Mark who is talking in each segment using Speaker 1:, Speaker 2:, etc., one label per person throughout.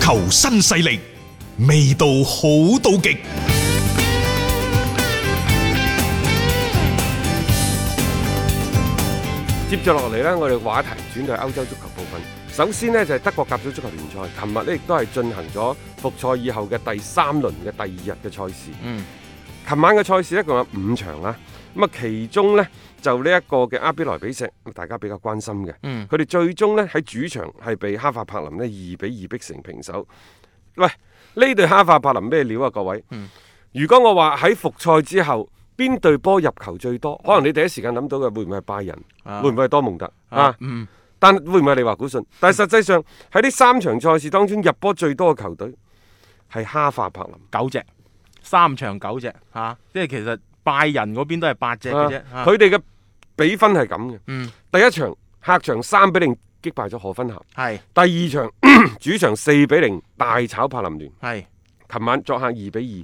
Speaker 1: 球新勢力，味道好到極。
Speaker 2: 接住落嚟呢，我哋話題轉到係歐洲足球部分。首先呢，就係、德國甲組足球聯賽，琴日呢亦都係進行咗復賽以後嘅第三輪嘅第二日嘅賽事。
Speaker 3: 嗯，
Speaker 2: 琴晚嘅賽事一共有五場啦。咁啊，其中呢，就呢一個嘅阿比萊比錫，啊大家比較關心嘅。
Speaker 3: 嗯
Speaker 2: 佢哋最終呢，喺主場係被哈法柏林呢二比二逼成平手。喂，呢隊哈法柏林咩料啊？各位，
Speaker 3: 嗯
Speaker 2: 如果我話喺復賽之後邊隊波入球最多，可能你第一時間諗到嘅會唔會係拜仁？
Speaker 3: 啊
Speaker 2: 會唔會係多蒙特啊
Speaker 3: 啊，？嗯，
Speaker 2: 但會唔會係利華古 信？但係實際上喺呢三場賽事當中入波最多嘅球隊係哈法柏林。
Speaker 3: 九隻，三場九隻嚇、啊即係其實拜仁嗰邊都係八隻嘅啫。
Speaker 2: 啊佢哋嘅比分係咁嘅。
Speaker 3: 嗯
Speaker 2: 第一場客場三比零擊敗咗荷芬咸，
Speaker 3: 係
Speaker 2: 第二場 主場四比零大炒柏林聯，
Speaker 3: 係
Speaker 2: 琴晚作客二比二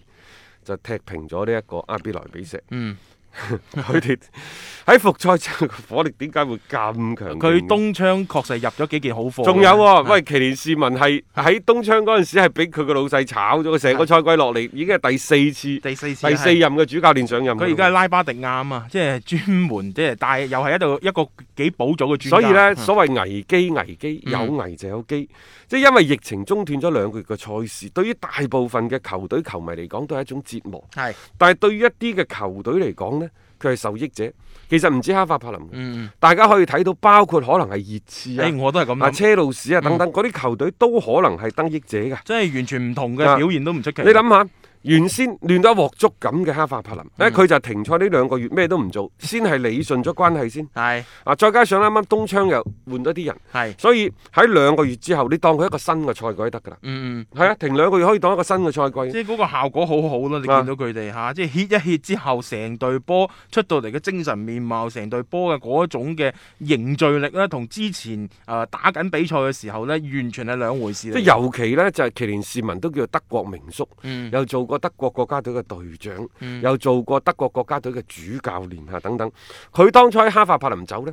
Speaker 2: 就踢平咗呢一個阿比萊比錫。
Speaker 3: 嗯，
Speaker 2: 佢哋喺復賽之後嘅火力點解會咁強勁嘅？
Speaker 3: 佢東窗確實入咗幾件好貨嘅。
Speaker 2: 仲有喎、
Speaker 3: 啊
Speaker 2: 喂，奇連士文係喺東窗嗰陣時係俾佢個老細炒咗，成個賽季落嚟已經係第四次、
Speaker 3: 啊第四次
Speaker 2: 第四
Speaker 3: 係
Speaker 2: 任嘅主教練上任。
Speaker 3: 佢而家係拉巴迪亞啊嘛，即係專門即係帶又係一度一個幾保組嘅專家。
Speaker 2: 所以呢，
Speaker 3: 啊
Speaker 2: 所謂危機危機
Speaker 3: 嗯
Speaker 2: 有危就有機，即係因為疫情中斷咗兩個月嘅賽事，對於大部分嘅球隊球迷嚟講都係一種折磨。
Speaker 3: 係
Speaker 2: 但係對於一啲嘅球隊嚟講呢，佢係受益者。其實唔止哈法柏林嘅，
Speaker 3: 嗯，
Speaker 2: 大家可以睇到，包括可能係熱刺
Speaker 3: 誒、
Speaker 2: 啊、
Speaker 3: 哎我都係咁
Speaker 2: 啊
Speaker 3: 諗，嗯
Speaker 2: 車路士啊等等嗰啲球隊都可能係得益者嘅。
Speaker 3: 即係完全唔同
Speaker 2: 啊
Speaker 3: 嘅表現都唔出奇。
Speaker 2: 你諗下，原先亂到一鑊粥咁嘅哈法柏林，
Speaker 3: 嗯
Speaker 2: 咧佢、就停賽呢兩個月，咩都唔做，先係理順咗關係先。
Speaker 3: 係
Speaker 2: 啊，再加上啱啱東窗又換咗啲人，
Speaker 3: 係
Speaker 2: 所以喺兩個月之後，你當佢一個新嘅賽季都得㗎啦。
Speaker 3: 嗯嗯。
Speaker 2: 係啊，停兩個月可以當一個新嘅賽季。
Speaker 3: 即係嗰個效果好好咯，你
Speaker 2: 啊
Speaker 3: 見到佢哋嚇，即係 hit 一 hit 之後，成隊波出到嚟嘅精神面貌，成隊波嘅嗰種嘅凝聚力咧，同之前誒、呃打緊比賽嘅時候咧，完全係兩回事嚟
Speaker 2: 即係尤其呢，就係奇連士文都叫德國名宿，
Speaker 3: 嗯
Speaker 2: 又做過德國國家隊嘅隊長，
Speaker 3: 嗯
Speaker 2: 又做過德國國家隊嘅主教練啊等等。佢當初喺哈法柏林走呢，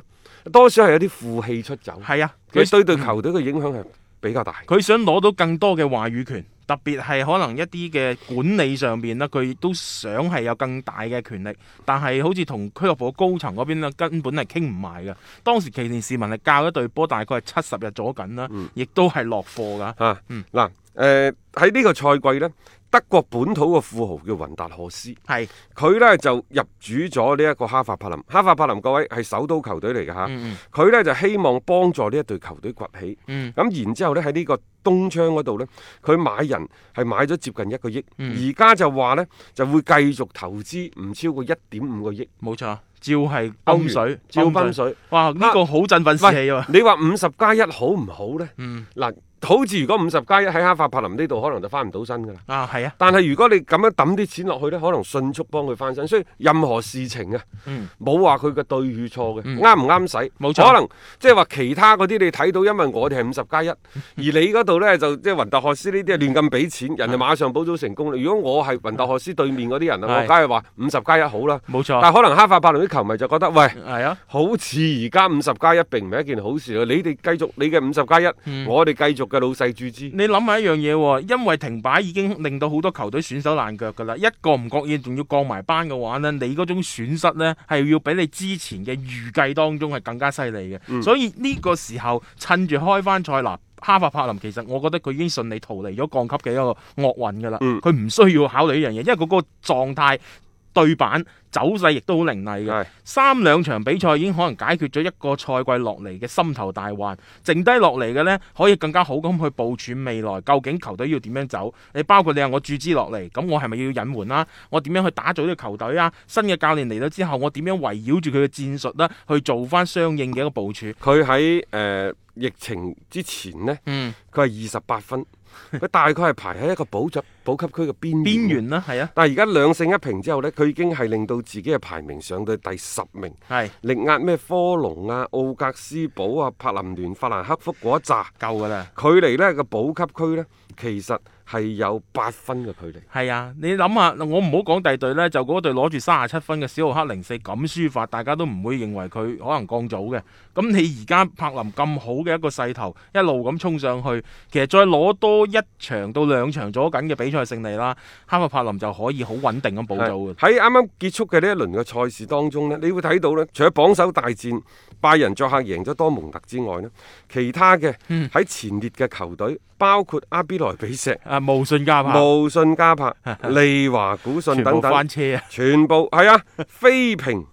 Speaker 2: 多少係有啲負氣出走，
Speaker 3: 係啊，
Speaker 2: 佢
Speaker 3: 佢
Speaker 2: 對對球隊嘅影響係比較大。
Speaker 3: 佢想攞到更多嘅話語權，特別係可能一啲嘅管理上邊咧，佢都想係有更大嘅權力，但係好似同俱樂部高層嗰邊咧，根本係傾唔埋嘅。當時奇連士文係教一隊波，大概係七十日左緊啦，
Speaker 2: 嗯
Speaker 3: 亦都係落課㗎。
Speaker 2: 啊，
Speaker 3: 嗯
Speaker 2: 嗱、誒喺呢個賽季呢，德國本土嘅富豪叫雲達賀斯，
Speaker 3: 係，
Speaker 2: 佢呢就入主咗呢一個哈法柏林。哈法柏林各位係首都球隊嚟嘅嚇，
Speaker 3: 嗯嗯
Speaker 2: 佢、呢就希望幫助呢一隊球隊崛起。
Speaker 3: 嗯
Speaker 2: 咁然之後呢，喺呢個東窗嗰度呢，佢買人係買咗接近一個億，而
Speaker 3: 嗯
Speaker 2: 家、就話呢就會繼續投資唔超過一點五個億
Speaker 3: 冇錯，照係
Speaker 2: 歐
Speaker 3: 泵水
Speaker 2: 元，照泵
Speaker 3: 水。
Speaker 2: 水。
Speaker 3: 哇！呢、個好振奮士氣啊！
Speaker 2: 你話五十加一好唔好呢？
Speaker 3: 嗯
Speaker 2: 嗱，好似如果五十加一喺哈法柏林呢度，可能就翻唔到身㗎啦。
Speaker 3: 啊，係啊，
Speaker 2: 但係如果你咁樣抌啲錢落去呢，可能迅速幫佢翻身。所以任何事情啊，
Speaker 3: 嗯
Speaker 2: 冇話佢嘅對與錯嘅，
Speaker 3: 嗯
Speaker 2: 啱唔啱使，
Speaker 3: 冇錯
Speaker 2: 可能即係話其他嗰啲你睇到，因為我哋係五十加 一，而你嗰度呢，就即係雲達學斯呢啲係亂咁俾錢，
Speaker 3: 嗯
Speaker 2: 人哋馬上補組成功啦。如果我係雲達學斯對面嗰啲人啊，
Speaker 3: 係
Speaker 2: 我梗係話五十加一好啦。
Speaker 3: 冇
Speaker 2: 但
Speaker 3: 錯，
Speaker 2: 係可能哈法柏林啲球迷就覺得，喂，
Speaker 3: 係啊，
Speaker 2: 好似而家五十加一並唔係一件好事啊！你哋繼續你嘅五十加一，
Speaker 3: 嗯
Speaker 2: 我哋繼續嘅老細注資。
Speaker 3: 你諗下一樣嘢喎，因為停擺已經令到好多球隊損手爛腳㗎啦，一個唔覺意仲要降埋班嘅話呢，你嗰種損失呢係要比你之前嘅預計當中係更加犀利嘅，
Speaker 2: 嗯
Speaker 3: 所以呢個時候趁住開翻賽嗱。哈法柏林其實我覺得佢已經順利逃離咗降級嘅一個惡運㗎啦，
Speaker 2: 嗯
Speaker 3: 佢唔、需要考慮呢樣嘢，因為嗰個狀態對版走勢亦都好凌厲嘅。
Speaker 2: 係
Speaker 3: 三兩場比賽已經可能解決咗一個賽季落嚟嘅心頭大患，剩低落嚟嘅呢，可以更加好咁去部署未來，究竟球隊要點樣走？你包括你話我注資落嚟，咁我係咪要隱瞞啦？我點樣去打造呢個球隊啊？新嘅教練嚟咗之後，我點樣圍繞住佢嘅戰術啦，去做翻相應嘅一個部署？
Speaker 2: 佢喺誒疫情之前呢。
Speaker 3: 嗯，
Speaker 2: 佢係二十八 分，佢大概係排喺一個保級保級區嘅邊
Speaker 3: 邊。緣啦，係啊，
Speaker 2: 但係而家兩勝一平之後呢，佢已經係令到自己嘅排名上到第十名，
Speaker 3: 係
Speaker 2: 力壓咩科隆啊、奧格斯堡啊、柏林聯、法蘭克福嗰一紮，
Speaker 3: 夠㗎啦，
Speaker 2: 距離呢個保級區呢，其實係有八分嘅距離。
Speaker 3: 係啊，你諗下，我唔好講第二隊呢，就嗰隊攞住三十七分嘅小奧克零四咁輸法，大家都唔會認為佢可能降組嘅。咁你而家柏林咁好嘅一個勢頭，一路咁衝上去，其實再攞多一場到兩場左緊嘅比賽勝利啦，哈佛柏林就可以好啊穩定咁保組嘅。
Speaker 2: 喺啱啱結束嘅呢一輪嘅賽事當中呢，你會睇到呢，除咗榜首大戰拜仁作客贏咗多蒙特之外呢，其他嘅
Speaker 3: 嗯
Speaker 2: 喺前列嘅球隊，包括阿比萊比錫、
Speaker 3: 啊，無信加拍，
Speaker 2: 慕遜加 柏、利華古信
Speaker 3: 全
Speaker 2: 等
Speaker 3: 部
Speaker 2: 等，
Speaker 3: 翻車啊！
Speaker 2: 全部係啊， 非平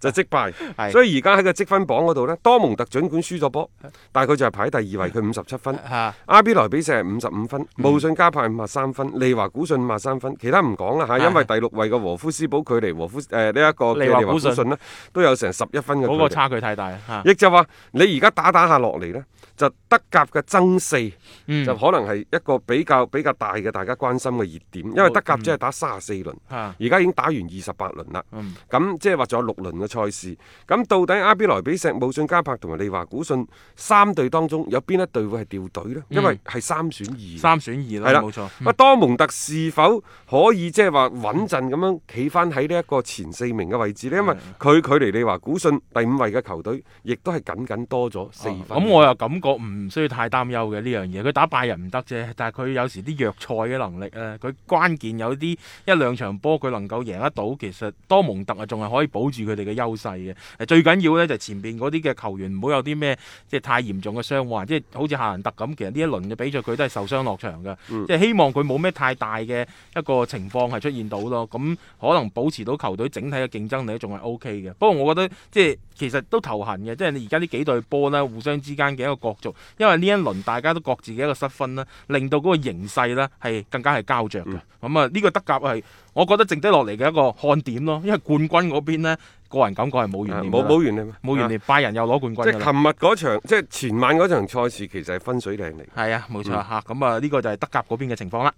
Speaker 2: 就即敗。
Speaker 3: 係
Speaker 2: 所以而家喺個積分榜嗰度呢，多蒙特儘管輸咗波，但係佢就係排喺第二位，佢五十七 分。
Speaker 3: 嚇
Speaker 2: 阿比萊比錫係五十五
Speaker 3: 嗯
Speaker 2: 分，慕遜加派五十三分，利華古信五十三分，其他唔講啦嚇，
Speaker 3: 係
Speaker 2: 因為第六位嘅和夫斯堡距離和夫誒呢一個嘅
Speaker 3: 利華
Speaker 2: 利華古
Speaker 3: 古信
Speaker 2: 信呢，都有成十一分嘅
Speaker 3: 嗰個
Speaker 2: 距離。
Speaker 3: 差距太大啦嚇。
Speaker 2: 亦就話你而家打打下落嚟呢，就德甲嘅爭四
Speaker 3: 嗯
Speaker 2: 就可能係一個比較比較大嘅大家關心嘅熱點，因為德甲只係打三十四輪，
Speaker 3: 嚇
Speaker 2: 而家已經打完二十八輪啦。
Speaker 3: 嗯
Speaker 2: 咁即係話仲有六輪嘅賽事，咁到底阿比萊比錫、慕遜加柏同埋利華古信三隊當中有邊一隊會係掉隊呢？因為係三選二。
Speaker 3: 嗯三嗯選二
Speaker 2: 係啦
Speaker 3: 啦，冇錯。
Speaker 2: 乜多蒙特是否可以即係話穩陣咁樣企翻喺呢一個前四名嘅位置呢？因為佢距離利華古信第五位嘅球隊，亦都係僅僅多咗四分。
Speaker 3: 哦咁我又感覺唔需要太擔憂嘅呢樣嘢，佢打拜仁唔得啫，但係佢有時啲弱賽嘅能力咧，佢關鍵有啲一兩場波佢能夠贏得到，其實多蒙特啊仲係可以保住佢哋嘅優勢嘅。誒最緊要呢，就前邊嗰啲嘅球員唔好有啲咩即係太嚴重嘅傷患，即係好似夏蘭特咁，其實呢一輪嘅比賽佢都係受傷落場嘅，
Speaker 2: 嗯
Speaker 3: 即係希望佢冇咩太大嘅一個情況係出現到咯。咁可能保持到球隊整體嘅競爭力仲係 O K 嘅。不過我覺得即係其實都頭痕嘅，即係你而家呢幾隊波呢，互相之間嘅一個角逐，因為呢一輪大家都各自嘅一個失分啦，令到嗰個形勢呢係更加係膠着
Speaker 2: 嗯
Speaker 3: 嘅。咁啊，呢個德甲係我覺得剩低落嚟嘅一個看點咯，因為冠軍嗰邊呢，個人感覺係冇
Speaker 2: 啊
Speaker 3: 懸念㗎
Speaker 2: 冇
Speaker 3: 啦，
Speaker 2: 冇原理咩
Speaker 3: 冇懸
Speaker 2: 啊
Speaker 3: 念，拜仁又攞冠軍
Speaker 2: 即
Speaker 3: 㗎
Speaker 2: 係
Speaker 3: 啦。
Speaker 2: 琴日嗰場，即係前晚嗰場賽事，其實係分水嶺嚟。
Speaker 3: 係啊，冇錯嚇，咁啊呢個就係德甲嗰邊嘅情況啦。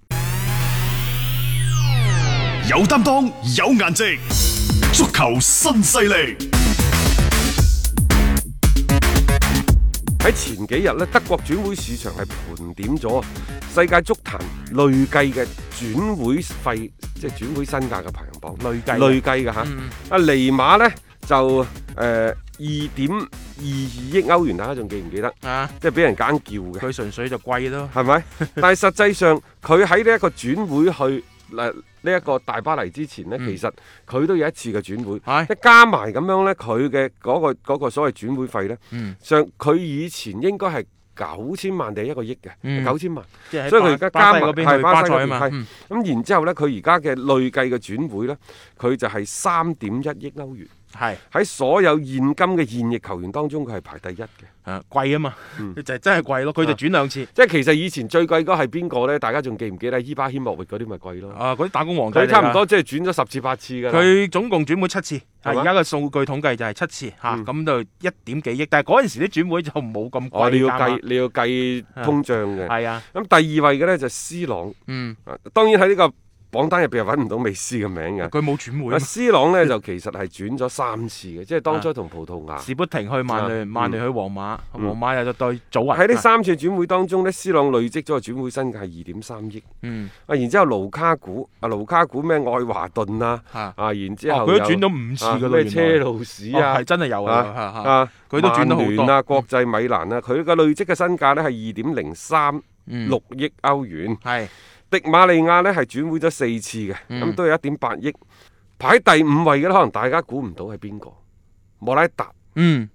Speaker 1: 有擔當，有顏值，足球新勢力。
Speaker 2: 喺前幾日咧，德國轉會市場係盤點咗啊世界足壇累計嘅轉會費，即係轉會身價嘅排行榜，
Speaker 3: 累計
Speaker 2: 嗯累計嘅嚇。
Speaker 3: 嗯
Speaker 2: 阿尼馬呢，就誒呃二點二二億歐元，大家仲記唔記得？
Speaker 3: 啊，
Speaker 2: 即係俾人揀叫嘅，
Speaker 3: 佢純粹就貴咯。
Speaker 2: 係 咪？但係實際上佢喺呢一個轉會去嗱呢一個大巴黎之前呢，
Speaker 3: 嗯
Speaker 2: 其實佢都有一次嘅轉會。
Speaker 3: 係
Speaker 2: 即係加埋咁樣呢，佢嘅嗰個嗰個所謂轉會費呢。
Speaker 3: 嗯，
Speaker 2: 上佢以前應該係九千萬定係一個億嘅，
Speaker 3: 嗯
Speaker 2: 九千、萬。
Speaker 3: 即係喺
Speaker 2: 所以佢而家
Speaker 3: 巴巴西
Speaker 2: 加埋
Speaker 3: 嗰邊
Speaker 2: 係
Speaker 3: 去
Speaker 2: 巴
Speaker 3: 巴
Speaker 2: 西
Speaker 3: 塞啊
Speaker 2: 嗰邊
Speaker 3: 嘛
Speaker 2: 係。
Speaker 3: 嗯
Speaker 2: 咁然之後呢，佢而家嘅累計嘅轉會呢，佢就係三點一億歐元。
Speaker 3: 係
Speaker 2: 喺所有現今嘅現役球員當中，佢係排第一嘅。
Speaker 3: 啊貴啊嘛，就係真係貴咯。佢就轉兩次
Speaker 2: 即係其實以前最貴嗰係邊個呢？大家仲記唔記得伊巴謙莫域嗰啲咪貴咯？
Speaker 3: 啊，嗰啲打工皇帝
Speaker 2: 佢
Speaker 3: 嚟㗎
Speaker 2: 差唔多即係轉咗十次八次㗎啦。
Speaker 3: 佢總共轉會七次，啊
Speaker 2: 係嘛
Speaker 3: 而家嘅數據統計就係七次嚇，
Speaker 2: 嗯
Speaker 3: 咁就一點幾億。但係嗰陣時啲轉會就冇咁
Speaker 2: 哦，
Speaker 3: 貴
Speaker 2: 你要
Speaker 3: 㗎嘛
Speaker 2: 計你要計通脹嘅。
Speaker 3: 係啊，
Speaker 2: 咁第二位嘅呢，就係 C 朗，
Speaker 3: 嗯，
Speaker 2: 啊當然喺呢個榜單入邊係揾唔到美斯嘅名嘅。
Speaker 3: 佢冇轉
Speaker 2: 阿
Speaker 3: 會啊嘛，
Speaker 2: C 朗呢， 就其實係轉咗三次嘅，即係當初同葡萄 牙。
Speaker 3: 時不停去曼
Speaker 2: 啊
Speaker 3: 聯，曼聯去皇馬，
Speaker 2: 嗯
Speaker 3: 皇馬又就對祖雲。
Speaker 2: 喺呢
Speaker 3: 啊，
Speaker 2: 三次轉會當中呢 C 朗累積咗嘅轉會身價係二點三億。
Speaker 3: 嗯
Speaker 2: 啊，然之後盧卡古，啊盧卡古咩愛華頓啊，
Speaker 3: 嚇，
Speaker 2: 啊然之
Speaker 3: 哦
Speaker 2: 後
Speaker 3: 佢
Speaker 2: 有
Speaker 3: 都轉咗五次
Speaker 2: 啊
Speaker 3: 㗎啦，
Speaker 2: 咩車
Speaker 3: 原來。
Speaker 2: 路士
Speaker 3: 哦
Speaker 2: 啊
Speaker 3: 係。真係有
Speaker 2: 啊
Speaker 3: 啊嚇，嚇
Speaker 2: 啊！
Speaker 3: 佢都轉得好多嗯
Speaker 2: 曼聯啊，國際米蘭啊，佢嘅累積嘅身價呢係二點零三
Speaker 3: 嗯
Speaker 2: 六億歐元。
Speaker 3: 係
Speaker 2: 迪馬利亞呢係轉會咗四次嘅，咁、
Speaker 3: 嗯
Speaker 2: 都有一點八億。排喺第五位嘅呢可能大家估唔到係邊個？莫拉達。
Speaker 3: 嗯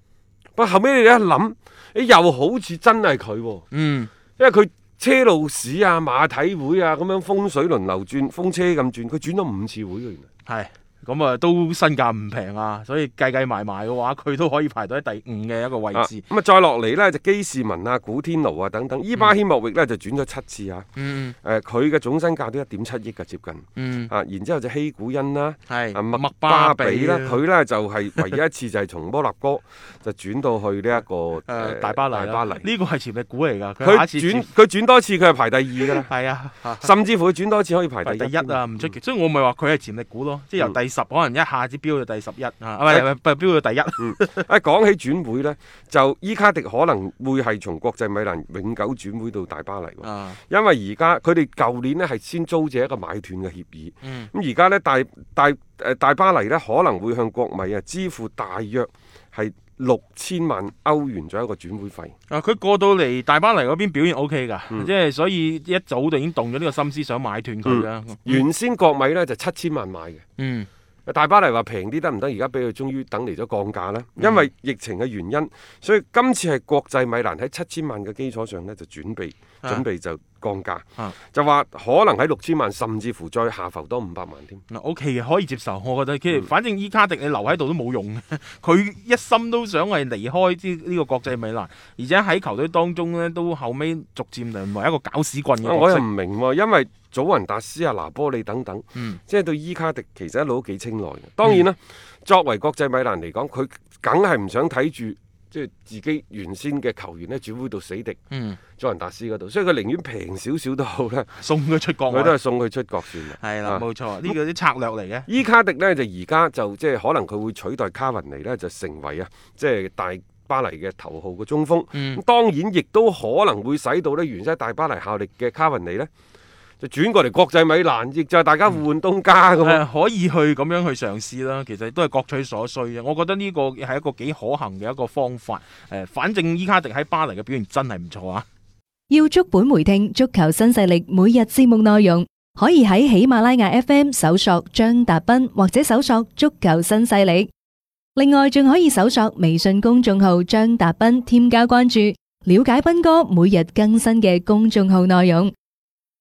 Speaker 2: 不過後尾你一諗，誒又好似真係佢喎，
Speaker 3: 嗯
Speaker 2: 因為佢車路士啊、馬體會啊咁樣風水輪流轉、風車咁轉，佢轉咗五次會嘅原來。
Speaker 3: 係。咁啊，都身價唔平啊，所以計計埋埋嘅話，佢都可以排到喺第五嘅一個位
Speaker 2: 啊
Speaker 3: 置。
Speaker 2: 咁啊，再落嚟呢，就基士文啊、古天奴啊等等，伊巴希莫域呢，就轉咗七次啊。
Speaker 3: 嗯
Speaker 2: 誒佢嘅總身價都一點七億嘅接近，
Speaker 3: 嗯，
Speaker 2: 啊，然之後就希古恩啦，
Speaker 3: 係
Speaker 2: 啊麥
Speaker 3: 麥
Speaker 2: 巴
Speaker 3: 巴
Speaker 2: 比
Speaker 3: 比
Speaker 2: 啦，
Speaker 3: 啊啦
Speaker 2: 佢呢就係、唯一一次就係從摩納哥 就轉到去呢、一個誒、
Speaker 3: 誒大巴黎啦，
Speaker 2: 大巴黎，
Speaker 3: 呢個係潛力股嚟㗎。
Speaker 2: 佢
Speaker 3: 下一次
Speaker 2: 轉佢轉多次佢係排第二㗎啦
Speaker 3: ，係啊，
Speaker 2: 甚至乎佢轉多次可以排
Speaker 3: 排
Speaker 2: 第
Speaker 3: 第啊
Speaker 2: 一
Speaker 3: 一啊，唔出奇。所以我咪話佢係潛力股咯，即係由
Speaker 2: 嗯
Speaker 3: 第十，可能一下子飆到第十一啊，啊唔係唔係飆到第一。
Speaker 2: 啊，講起轉會呢，就伊卡迪可能會係從國際米蘭永久轉會到大巴黎喎。
Speaker 3: 啊，
Speaker 2: 因為而家佢哋舊年呢係先租借一個買斷嘅協議，
Speaker 3: 嗯
Speaker 2: 咁而家呢，大大誒、呃大巴黎呢可能會向國米啊支付大約係六千萬歐元左右嘅轉會費。
Speaker 3: 啊佢過到嚟大巴黎嗰邊表現 O K 㗎，
Speaker 2: 嗯
Speaker 3: 即係所以一早就已經動咗呢個心思想買斷佢啦。
Speaker 2: 原先國米呢就七千萬買嘅，
Speaker 3: 嗯
Speaker 2: 大巴黎話平啲得唔得？而家俾佢終於等嚟咗降價啦，
Speaker 3: 嗯
Speaker 2: 因為疫情嘅原因，所以今次係國際米蘭喺七千萬嘅基礎上呢就準備
Speaker 3: 啊
Speaker 2: 準備就降價
Speaker 3: 啊，
Speaker 2: 就話可能喺六千萬甚至乎再下浮多五百萬添。
Speaker 3: O K 嘅可以接受，我覺得。
Speaker 2: 嗯
Speaker 3: 其實反正伊卡迪你留喺度都冇用， 佢一心都想係離開呢呢個國際米蘭，而且喺球隊當中呢，都後尾逐漸淪為一個搞屎棍嘅
Speaker 2: 啊我
Speaker 3: 角
Speaker 2: 又
Speaker 3: 色
Speaker 2: 唔。明喎，因為祖雲達斯啊、拿波利等等，
Speaker 3: 嗯
Speaker 2: 即係對伊卡迪其實一路都幾青睞嘅。當然啦，作為國際米蘭嚟講，佢梗係唔想睇住即係自己原先嘅球員呢轉會到死敵
Speaker 3: 嗯，
Speaker 2: 祖雲達斯嗰度，所以佢寧願平少少都好啦，
Speaker 3: 送佢出國
Speaker 2: 佢
Speaker 3: 外
Speaker 2: 都。係送佢出國算啦。
Speaker 3: 係
Speaker 2: 啊
Speaker 3: 啦，冇錯，呢個啲策略嚟嘅。
Speaker 2: 伊卡迪呢，就而家就即係可能佢會取代卡雲尼呢，就成為啊即係大巴黎嘅頭號嘅中鋒。咁、
Speaker 3: 嗯
Speaker 2: 當然亦都可能會使到呢原先喺大巴黎效力嘅卡雲尼呢，就轉過嚟國際米蘭，亦就係大家互換東家咁
Speaker 3: 誒、
Speaker 2: 啊。
Speaker 3: 可以去咁樣去嘗試啦，其實都係各取所需嘅。我覺得呢個係一個幾可行嘅一個方法。誒、反正伊卡迪喺巴黎嘅表現真係唔錯啊！
Speaker 4: 要足本回聽足球新勢力每日節目內容，可以喺喜馬拉雅 FM 搜索張達斌或者搜索足球新勢力。另外，仲可以搜索微信公眾號張達斌，添加關注，了解斌哥每日更新嘅公眾號內容。